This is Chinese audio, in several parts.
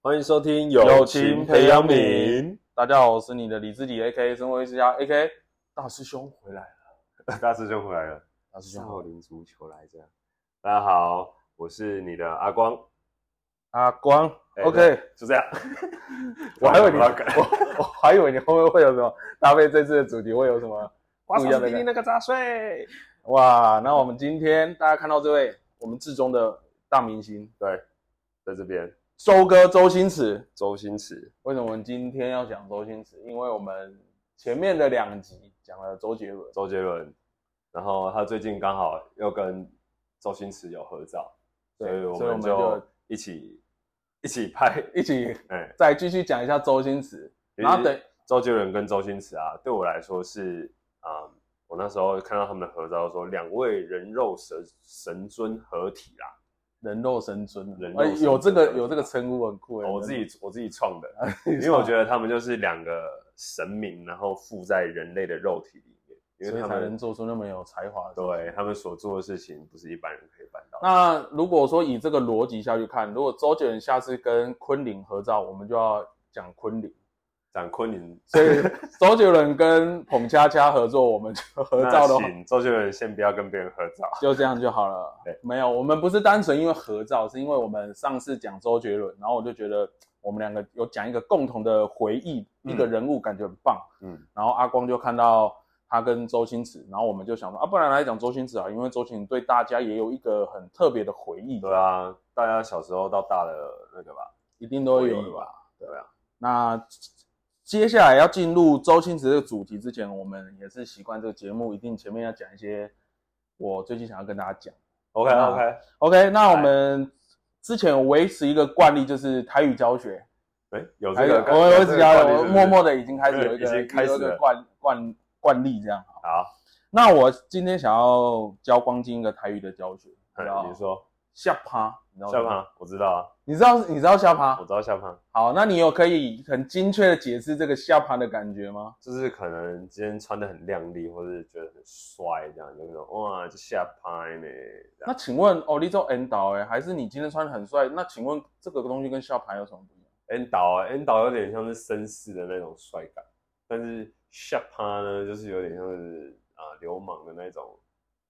欢迎收听《友友情情培培养养皿皿》。大家好，我是你的李自己 A.K. 生活艺术家 A.K. 大师兄回来了，大师兄回来了，大师兄回少来了林足球来着。大家好，我是你的阿光。阿光哎，OK，就这样。 我还以为你，不要改我 我还以为你后面会有什么搭配这次的主题会有什么华不一少样弟弟的 那个杂碎。哇？那我们今天大家看到这位我们至中的大明星对，在这边，周哥周星驰，周星驰。为什么我们今天要讲周星驰？因为我们前面的两集讲了周杰伦，周杰伦，然后他最近刚好又跟周星驰有合照，所以对我所以我们们就就一起一起拍，一起哎，再继续讲一下周星驰，然后其实等周杰伦跟周星驰啊，对我来说是啊、嗯我那时候看到他们的合照说两位人肉神神尊合体啦，人肉神尊啊，人肉哎神尊有这对个吧有这个称呼很酷哎，我自己我自己创的，因因为我觉得他们就是两个神明，然后附在人类的肉体里面，因所为以他才能们做出那么有才华的事情。对他们所做的事情不是一般人可以办到的。那如果说以这个逻辑下去看，如果周杰伦下次跟昆凌合照，我们就要讲昆凌。展昆凌，所 以周杰伦跟彭恰恰合作，我们就 合照的话那，请周杰伦先不要跟别人合照。 就这样就好了对。没有，我们不是单纯因为合照，是因为我们上次讲周杰伦，然后我就觉得我们两个有讲一个共同的回忆，嗯一个人物感觉很棒。嗯，然后阿光就看到他跟周星驰，然后我们就想说啊，不然来讲周星驰啊，因为周星驰对大家也有一个很特别的回忆，对啊，大家小时候到大的那个吧，一定都回有忆的吧？对啊，那接下来要进入周星驰这个主题之前，我们也是习惯这个节目一定前面要讲一些我最近想要跟大家讲。 OK 那 OK， OK，那我们之前有维持一个惯例，就是台语教学。哎，有台这语，个，我我有维这持个教惯例学，是我不是默默的已经开始有一已个经开始有一个了惯惯惯例这样。好，那我今天想要教光进一个台语的教学，你知道嗯你说下趴，你知道下吗？趴，我知道你知道你知道下啊，趴？我知道下趴，好，那你有可以很精确的解释这个下趴的感觉吗？就是可能今天穿的很靓丽，或是觉得很帅这样，就那种哇，这下趴呢，这那样请问哦，你做 N 导哎，还是你今天穿的很帅？那请问这个东西跟下盘有什么不一样？ N 导啊 N 导有点像是绅士的那种帅感，但是下趴呢，就是有点像是啊、流氓的那种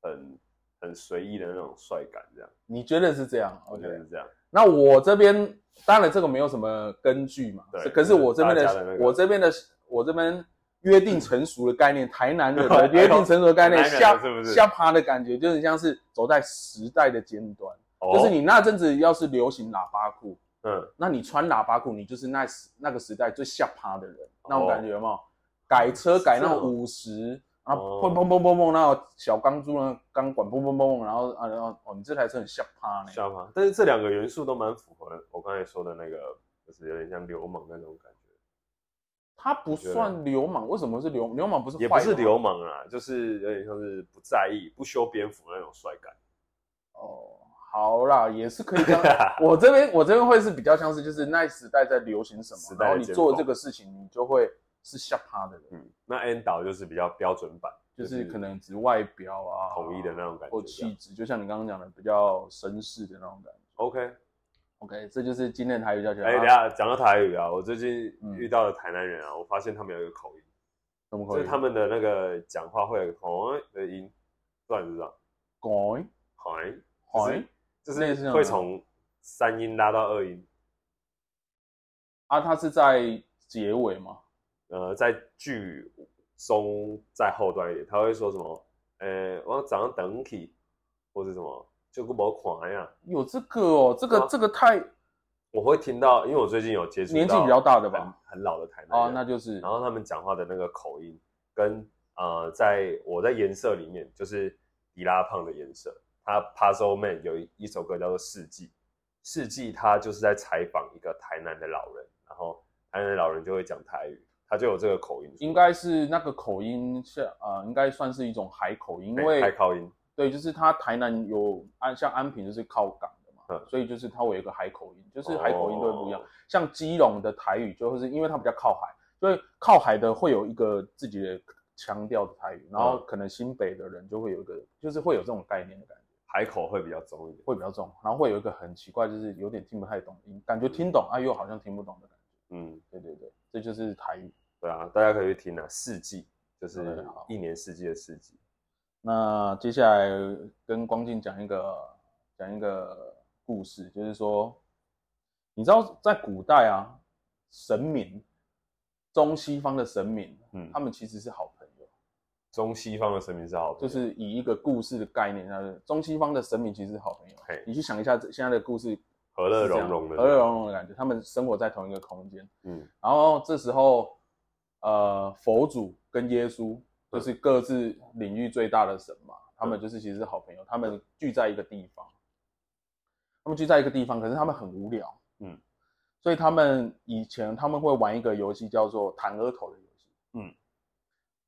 很很随意的那种帅感这样。你觉得是这样我？OK，觉得是这样。那我这边当然这个没有什么根据嘛，对是可是我这边的大家的那个我这边的我这边约定成熟的概念，台南人 哎的呦约定成熟的概念，台南人下是不是下趴的感觉，就是像是走在时代的尖端，哦就是你那阵子要是流行喇叭裤，嗯，那你穿喇叭裤，你就是那时那个时代最下趴的人，哦那种感觉有没有？改车改那是哦种五十啊，哦砰砰砰砰砰，那种小钢珠那种钢管砰砰砰，砰然后啊，然后哦，你这台车很下趴呢。下趴。但是这两个元素都蛮符合我刚才说的那个，就是有点像流氓那种感觉，他不算流氓，为什么是流流氓？不是坏也的吗不是流氓啊，就是有点像是不在意、不修边幅那种帅感。哦。好啦，也是可以这样。我这边我这边会是比较像是就是那时代在流行什时么，代的然后你尖做峰这个事情，你就会是下趴的人， 嗯，那 N 导就是比较标准版，就是可能只外表啊，统一的那种感觉或气质，就像你刚刚讲的比较绅士的那种感觉。 OK。 OK，这就是今天的台语教学。哎、等一啊下讲到台语啊，我最近嗯遇到的台南人啊，我发现他们有一个口音，怎么就可是以？他们的那个讲话会有一个口音的音，不知道你知道？改口音，改就类似那是种会从三音拉到二音。啊，它是在结尾吗？呃，在剧中再后端一点，他会说什么？呃，我早上等起，或是什么，就个某款呀。有这个哦，这对个啊这个太我会听到，因为我最近有接触到年纪比较大的吧？很很老的台南哦，人那就是然后他们讲话的那个口音跟呃，在我在颜色里面，就是迪拉胖的颜色，他 Puzzle Man 有一一首歌叫做《世纪》，《世纪》他就是在采访一个台南的老人，然后台南的老人就会讲台语，他就有这个口音出来，应该是那个口音是呃，应该算是一种海口音，因对为开口音。对，就是它台南有安像安平就是靠港的嘛，嗯所以就是它会有一个海口音，就是海口音都会不一样。哦像基隆的台语就是因为它比较靠海，所以靠海的会有一个自嗯己的腔调的台语，然后可能新北的人就会有一个，就是会有这种概念的感觉。海口会比较重一点。会比较重，然后会有一个很奇怪，就是有点听不太懂音，感觉听懂啊又好像听不懂的感觉。嗯，对对对，这就是台语。对啊，大家可以去听啊，四季就是嗯好一年四季的四季。那接下来跟光进讲一个讲一个故事，就是说，你知道在古代啊，神明，中西方的神明，嗯他，们其实是好朋友，中西方的神明是好朋就友，是以一个故事的概念，它是中西方的神明其实是好朋友嘿。你去想一下这现在的故事，和乐融融的，和乐融融的感觉，他们生活在同一个空间。嗯然后这时候，呃，佛祖跟耶稣就是各自领域最大的神嘛，他们就是其实是好朋友，他们聚在一个地方，他们聚在一个地方，可是他们很无聊，嗯，所以他们以前他们会玩一个游戏叫做弹额头的游戏，嗯，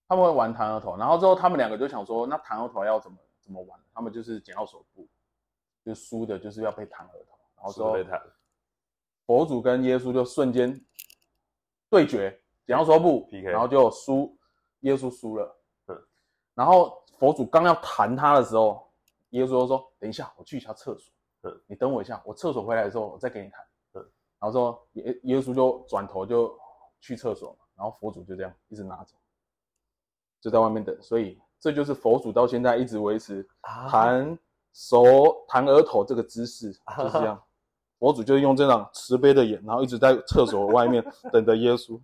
他们会玩弹额头，然后之后他们两个就想说，那弹额头要怎么怎么玩？他们就是剪刀手布，就输的就是要被弹额头，然后之苏后菲坦佛祖跟耶稣就瞬间对决，剪刀手布 PK 然后就输，耶稣输了。嗯然后佛祖刚要弹他的时候，耶稣就说：“等一下，我去一下厕所，嗯你等我一下，我厕所回来的时候我再给你弹。嗯然后说耶耶稣就转头就去厕所嘛，然后佛祖就这样一直拿走，就在外面等。所以这就是佛祖到现在一直维持啊，弹手弹额头这个姿势就是这样。佛祖就是用这样慈悲的眼，然后一直在厕所外面等着耶稣。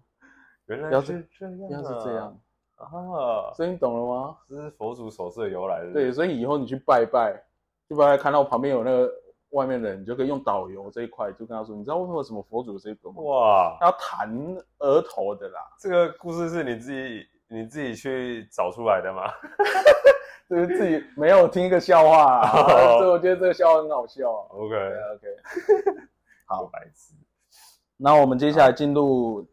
原来要是是这样、啊，要是这样，啊，所以你懂了吗？这是佛祖手势的由来是不对，是，所以以后你去拜拜，去拜拜看到旁边有那个外面的人，你就可以用导游这一块，就跟他说，你知道为什么佛祖这一个吗？哇，他要弹额头的啦，这个故事是你自己你自己去找出来的吗？就是自己没有听一个笑话、啊，哦所以我觉得这个笑话很好笑、啊。 OK，对啊，OK。好白痴。那我们接下来进入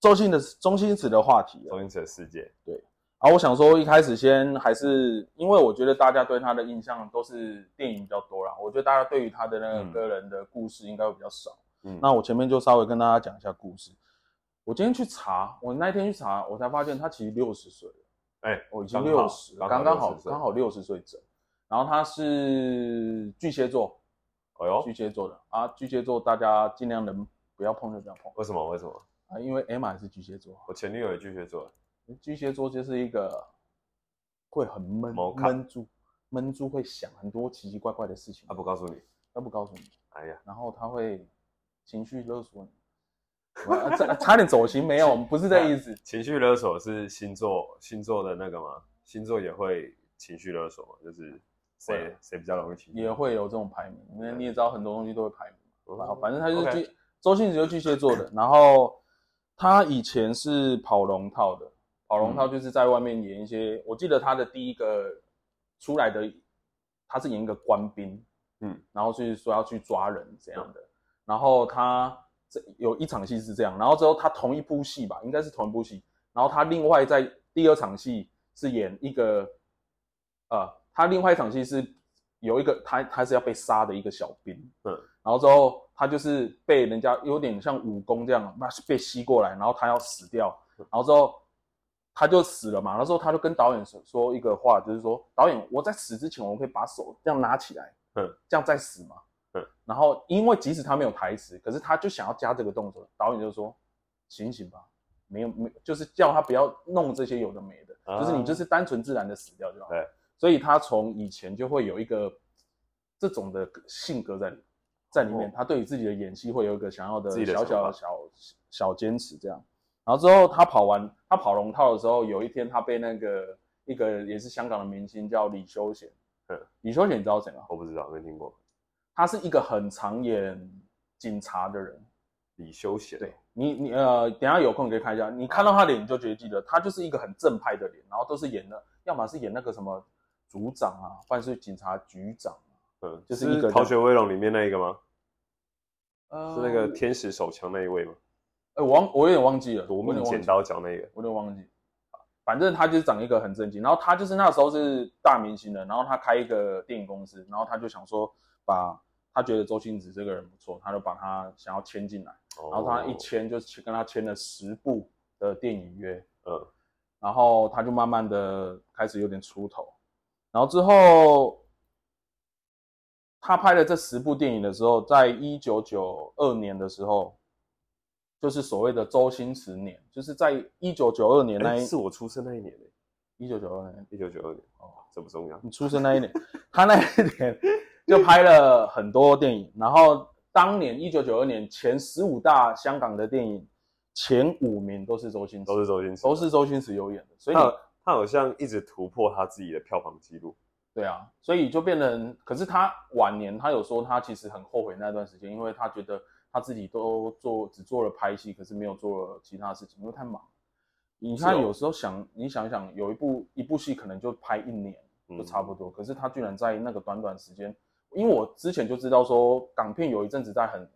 周星的中心词的话题了周星驰的世界，啊，我想说一开始先还是因为我觉得大家对他的印象都是电影比较多啦，我觉得大家对于他的那个嗯个人的故事应该会比较少。嗯，那我前面就稍微跟大家讲一下故事。我今天去查，我那一天去查，我才发现他其实六十岁了，哦哎、我已经刚好六十，刚刚好刚好，六十岁整。然后他是巨蟹座，哎呦巨，蟹座的啊，巨蟹座大家尽量能不要碰就不要碰为什么？为什么？啊，因为 Emma 也是巨蟹座，我前女友也巨蟹座，巨蟹座就是一个会很闷毛卡闷住，闷住会想很多奇奇怪怪的事情，她啊不告诉你。他不告诉你，哎呀，然后他会情绪勒索你，我这差点走心，没有，我们不是啊这意思，情绪勒索是星座星座的那个吗？星座也会情绪勒索吗？就是会谁啊谁比较容易情绪？也会有这种排名，因为你也知道很多东西都会排名。哦反正他就是 OK 巨周星驰就是巨蟹座的，然后他以前是跑龙套的，跑龙嗯套就是在外面演一些，我记得他的第一个出来的，他是演一个官兵，嗯，然后是说要去抓人这样的，然后他这有一场戏是这样，然后之后他同一部戏吧，应该是同一部戏，然后他另外在第二场戏是演一个，呃，他另外一场戏是有一个他他是要被杀的一个小兵，嗯，然后之后他就是被人家有点像武功这样，那被吸过来，然后他要死掉，然后之后他就死了嘛，那时候他就跟导演说说一个话，就是说导演，我在死之前我可以把手这样拿起来，嗯，这样再死嘛，嗯，然后因为即使他没有台词，可是他就想要加这个动作，导演就说醒醒吧。没有没有，就是叫他不要弄这些有的没的，啊就是你就是单纯自然的死掉就好。对，所以他从以前就会有一个这种的性格在里在里面，哦他对于自己的演戏会有一个想要的自己的小想法小小小坚持这样。然后之后他跑完他跑龙套的时候，有一天他被那个一个也是香港的明星叫李修贤嗯，李修贤你知道谁吗？我不知道，没听过。他是一个很常演警察的人，李修贤，对你，你呃，等一下有空可以看一下。你看到他脸，你就觉得记得他就是一个很正派的脸，然后都是演的，要么是演那个什么组长啊，或者是警察局长啊。嗯，就是一是个《逃学威龙》里面那一个吗？呃是那啊个，天使手枪那一位吗？哎、我忘，我有点忘记了，夺我有命点忘剪记，刀脚那个，我有点忘记。反正他就是长一个很正经，然后他就是那时候是大明星了，然后他开一个电影公司，然后他就想说把他觉得周星驰这个人不错，他就把他想要签进来。然后他一起，签就签跟他签了十部的电影约，嗯，然后他就慢慢的开始有点出头，然后之后他拍了这十部电影的时候，在一九九二年的时候，就是所谓的周星驰年，就是在一九九二年那哎，一是我出生那一年诶，一九九二年，一九九二年，哦，这不重要。你出生那一年，他那一年就拍了很多电影，然后当年一九九二年前十五大香港的电影前五名都是周星驰，都是周星驰，都是周星驰有演的，所以他你好他好像一直突破他自己的票房记录。对啊，所以就变成，可是他晚年他有说他其实很后悔那段时间，因为他觉得他自己都做只做了拍戏，可是没有做了其他事情，因为太忙。你看是哦有时候想，你想一想，有一部一部戏可能就拍一年嗯就差不多，可是他居然在那个短短时间，因为我之前就知道说港片有一阵子在很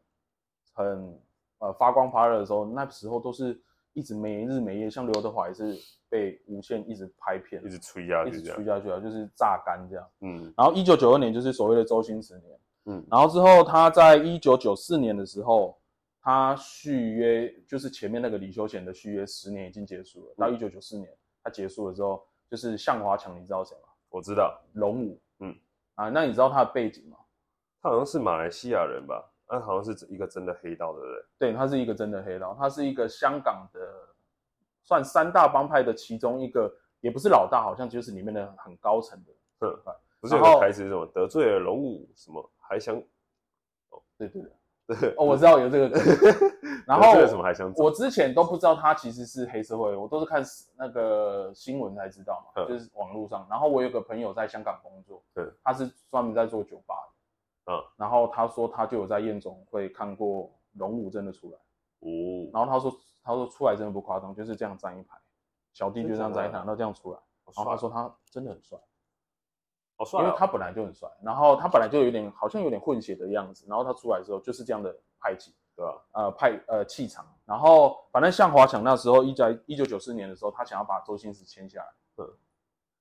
很呃发光发热的时候，那时候都是一直没日没夜，像刘德华也是被无限一直拍片，一直吹下一去直这吹样。下去啊，就是榨干这样。嗯然后一九九二年就是所谓的周星驰年，嗯然后之后他在一九九四年的时候，他续约就是前面那个李修贤的续约十年已经结束了，嗯到一九九四年他结束了之后，就是向华强，你知道谁吗？我知道，龙武，嗯啊，那你知道他的背景吗？他好像是马来西亚人吧？那好像是一个真的黑道的人。对，他是一个真的黑道，他是一个香港的算三大帮派的其中一个，也不是老大，好像就是里面的很高层的。不是有然个后台词是什么得罪了龙武什么还想？ 对对对，对哦，我知道有这个 梗。然后得罪了什么还想走？我之前都不知道他其实是黑社会，我都是看那个新闻才知道嘛，嗯就是网络上。然后我有个朋友在香港工作，对，他是专门在做酒吧的，嗯，然后他说他就有在夜总会看过龙武真的出来，哦，然后他说他说出来真的不夸张，就是这样站一排，小弟就这样站一排，哦真的假然的后这样出来，然后他说他真的很帅，好因帅为哦，他本来就很帅，然后他本来就有点好像有点混血的样子，然后他出来之后就是这样的派系。对吧？呃派呃气场，然后反正向华强那时候一在一九九四年的时候，他想要把周星驰签下来，嗯，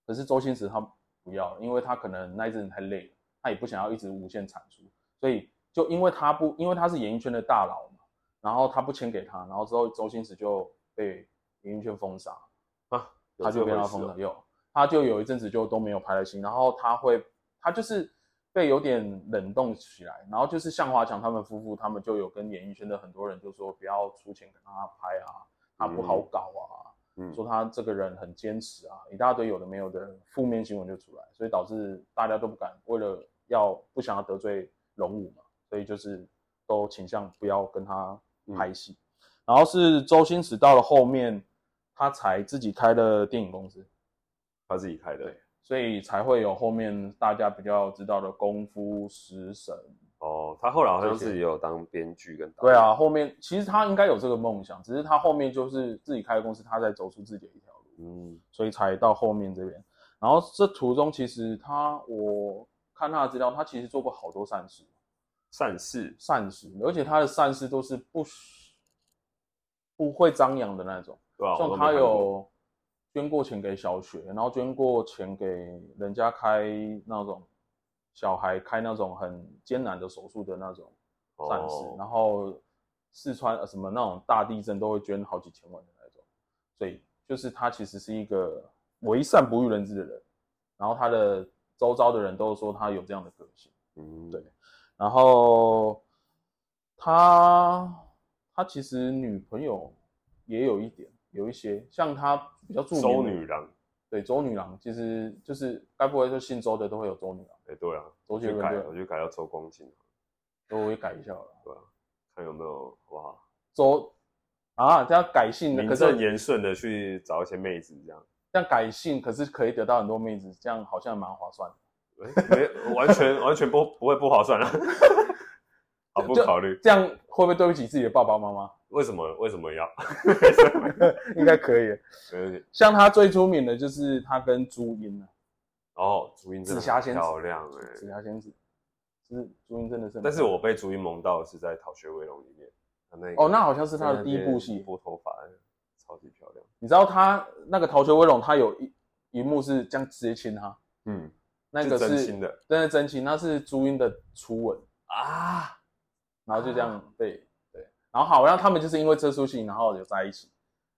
可是周星驰他不要了，因为他可能那一阵子太累了，他也不想要一直无限产出，所以就因为他不，因为他是演艺圈的大佬嘛，然后他不签给他，然后之后周星驰就被演艺圈封杀，啊，有他就这被他回事封哦了，有，他就有一阵子就都没有拍了星，然后他会，他就是被有点冷冻起来，然后就是向华强他们夫妇，他们就有跟演艺圈的很多人就说不要出钱给他拍啊，他不好搞啊，嗯，说他这个人很坚持啊，一大堆有的没有的负面新闻就出来，所以导致大家都不敢，为了要不想要得罪龙武嘛，所以就是都倾向不要跟他拍戏。然后是周星驰到了后面，他才自己开了电影公司，他自己开的对所以才会有后面大家比较知道的功夫、食神。啊哦，他后来好像这是些也有当编剧跟导对啊，演，后面其实他应该有这个梦想，只是他后面就是自己开公司，他在走出自己的一条路。嗯，所以才到后面这边。然后这途中，其实他我看他的资料，他其实做过好多善事，善事善事，而且他的善事都是不不会张扬的那种，对哦吧？我像都没他看过有捐过钱给小学，然后捐过钱给人家开那种小孩开那种很艰难的手术的那种善事，哦然后四川呃什么那种大地震都会捐好几千万的那种，所以就是他其实是一个为善不欲人知的人，然后他的周遭的人都说他有这样的个性，嗯，对然后他他其实女朋友也有一点有一些像他比较著名的周女郎，对周女郎，其实就是该不会说姓周的都会有周女郎，哎，对啊，周我杰就伦改，对我，就改到周光进，所以我也改一下好了，看有没有好不好？周啊这样改姓，名可正是言顺的去找一些妹子这样。这样改姓，可是可以得到很多妹子，这样好像蛮划算的。没完全 完全不不会不划算 啊。好，不考虑这样会不会对不起自己的爸爸妈妈？ 为什么为什么要？应该可以。没问题。像他最出名的就是他跟朱茵啊，哦，朱茵真紫的霞很仙子，漂亮哎、紫霞仙子，就是朱茵真的是很漂亮。但是我被朱茵萌到的是在《逃学威龙》里面，她那哦，那好像是他的第一部在那边戏。拨头发，超级漂亮。你知道他那个《逃学威龙》，他有一一幕是这样直接亲他，嗯，那个是真是心的真的真亲，那是朱茵的初吻，啊，然后就这样对对，然后好，然后他们就是因为这出戏，然后有在一起，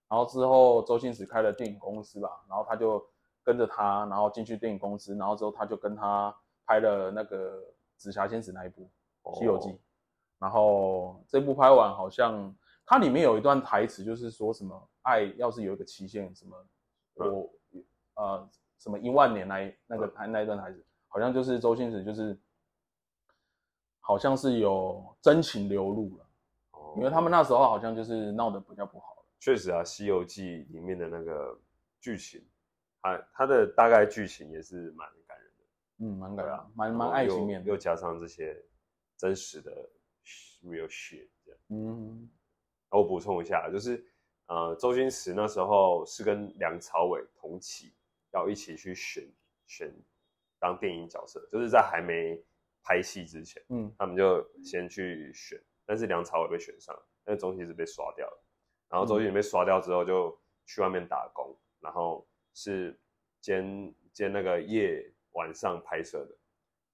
然后之后周星驰开了电影公司吧，然后他就跟着他，然后进去电影公司，然后之后他就跟他拍了那个紫霞仙子那一部哦《西游记》然后这部拍完好像它里面有一段台词，就是说什么爱要是有一个期限，什么嗯我、呃什么一万年来那个台那一段台词，好像就是周星驰就是好像是有真情流露了，哦因为他们那时候好像就是闹得比较不好了。确实啊，《西游记》里面的那个剧情，它它的大概剧情也是蛮感人的，嗯，蛮感对人啊，蛮然蛮后爱又情面的又。加上这些真实的 real shit 这样。嗯，我补充一下，就是呃，周星驰那时候是跟梁朝伟同期要一起去选选当电影角色，就是在还没拍戏之前，嗯，他们就先去选，但是梁朝伟被选上，但是周星驰被刷掉了，然后周星驰被刷掉之后就去外面打工，然后是兼兼那个夜晚上拍摄的，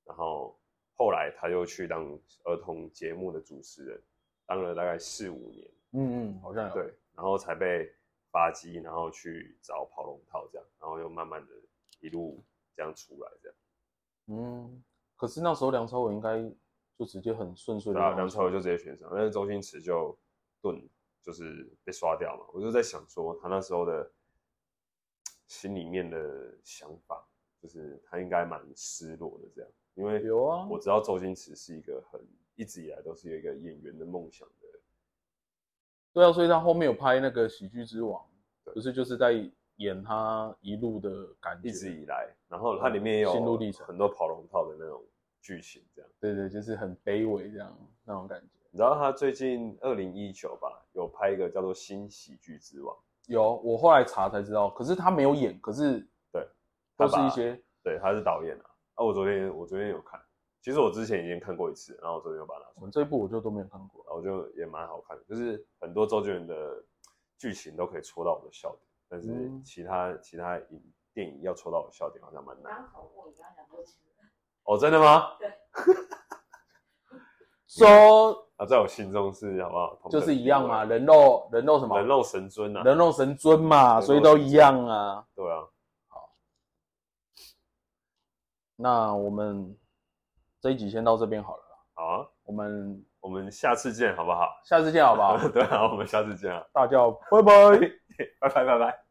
然后后来他又去当儿童节目的主持人，当了大概四五年。嗯嗯，好像有。对，然后才被发迹，然后去找跑龙套这样，然后又慢慢的一路这样出来这样。嗯，可是那时候梁朝伟应该就直接很顺遂的对啊，梁朝伟就直接选上，但是周星驰就顿就是被刷掉嘛。我就在想说，他那时候的心里面的想法，就是他应该蛮失落的这样，因为有啊我知道周星驰是一个很一直以来都是有一个演员的梦想的人，对啊，所以他后面有拍那个《喜剧之王对》，不是就是在演他一路的感觉，一直以来，然后它里面也有心路历程很多跑龙套的那种剧情这样。对对，就是很卑微这样那种感觉。你知道他最近二零一九吧，有拍一个叫做《新喜剧之王》，有，我后来查才知道，可是他没有演，可是对，都是他把一些对，他是导演啊。啊，我昨天我昨天有看，其实我之前已经看过一次，然后我昨天又把它拿出我来，们这一部我就都没有看过。然后就也蛮好看的，就是很多周杰伦的剧情都可以戳到我的笑点，但是嗯其他、其他影电影要戳到我的笑点好像蛮我难。刚口误，你刚刚讲多久？哦，真的吗？说啊，在我心中是好不好？同等就是一样地位嘛，人肉人肉什么？人肉神尊啊，人肉神尊嘛，人肉所以都神一尊样啊。对啊，那我们这一集先到这边好了啦，好啊，我们我们下次见好不好？ 下次见好不好？对啊，我们下次见啊，大家拜拜。拜拜拜拜。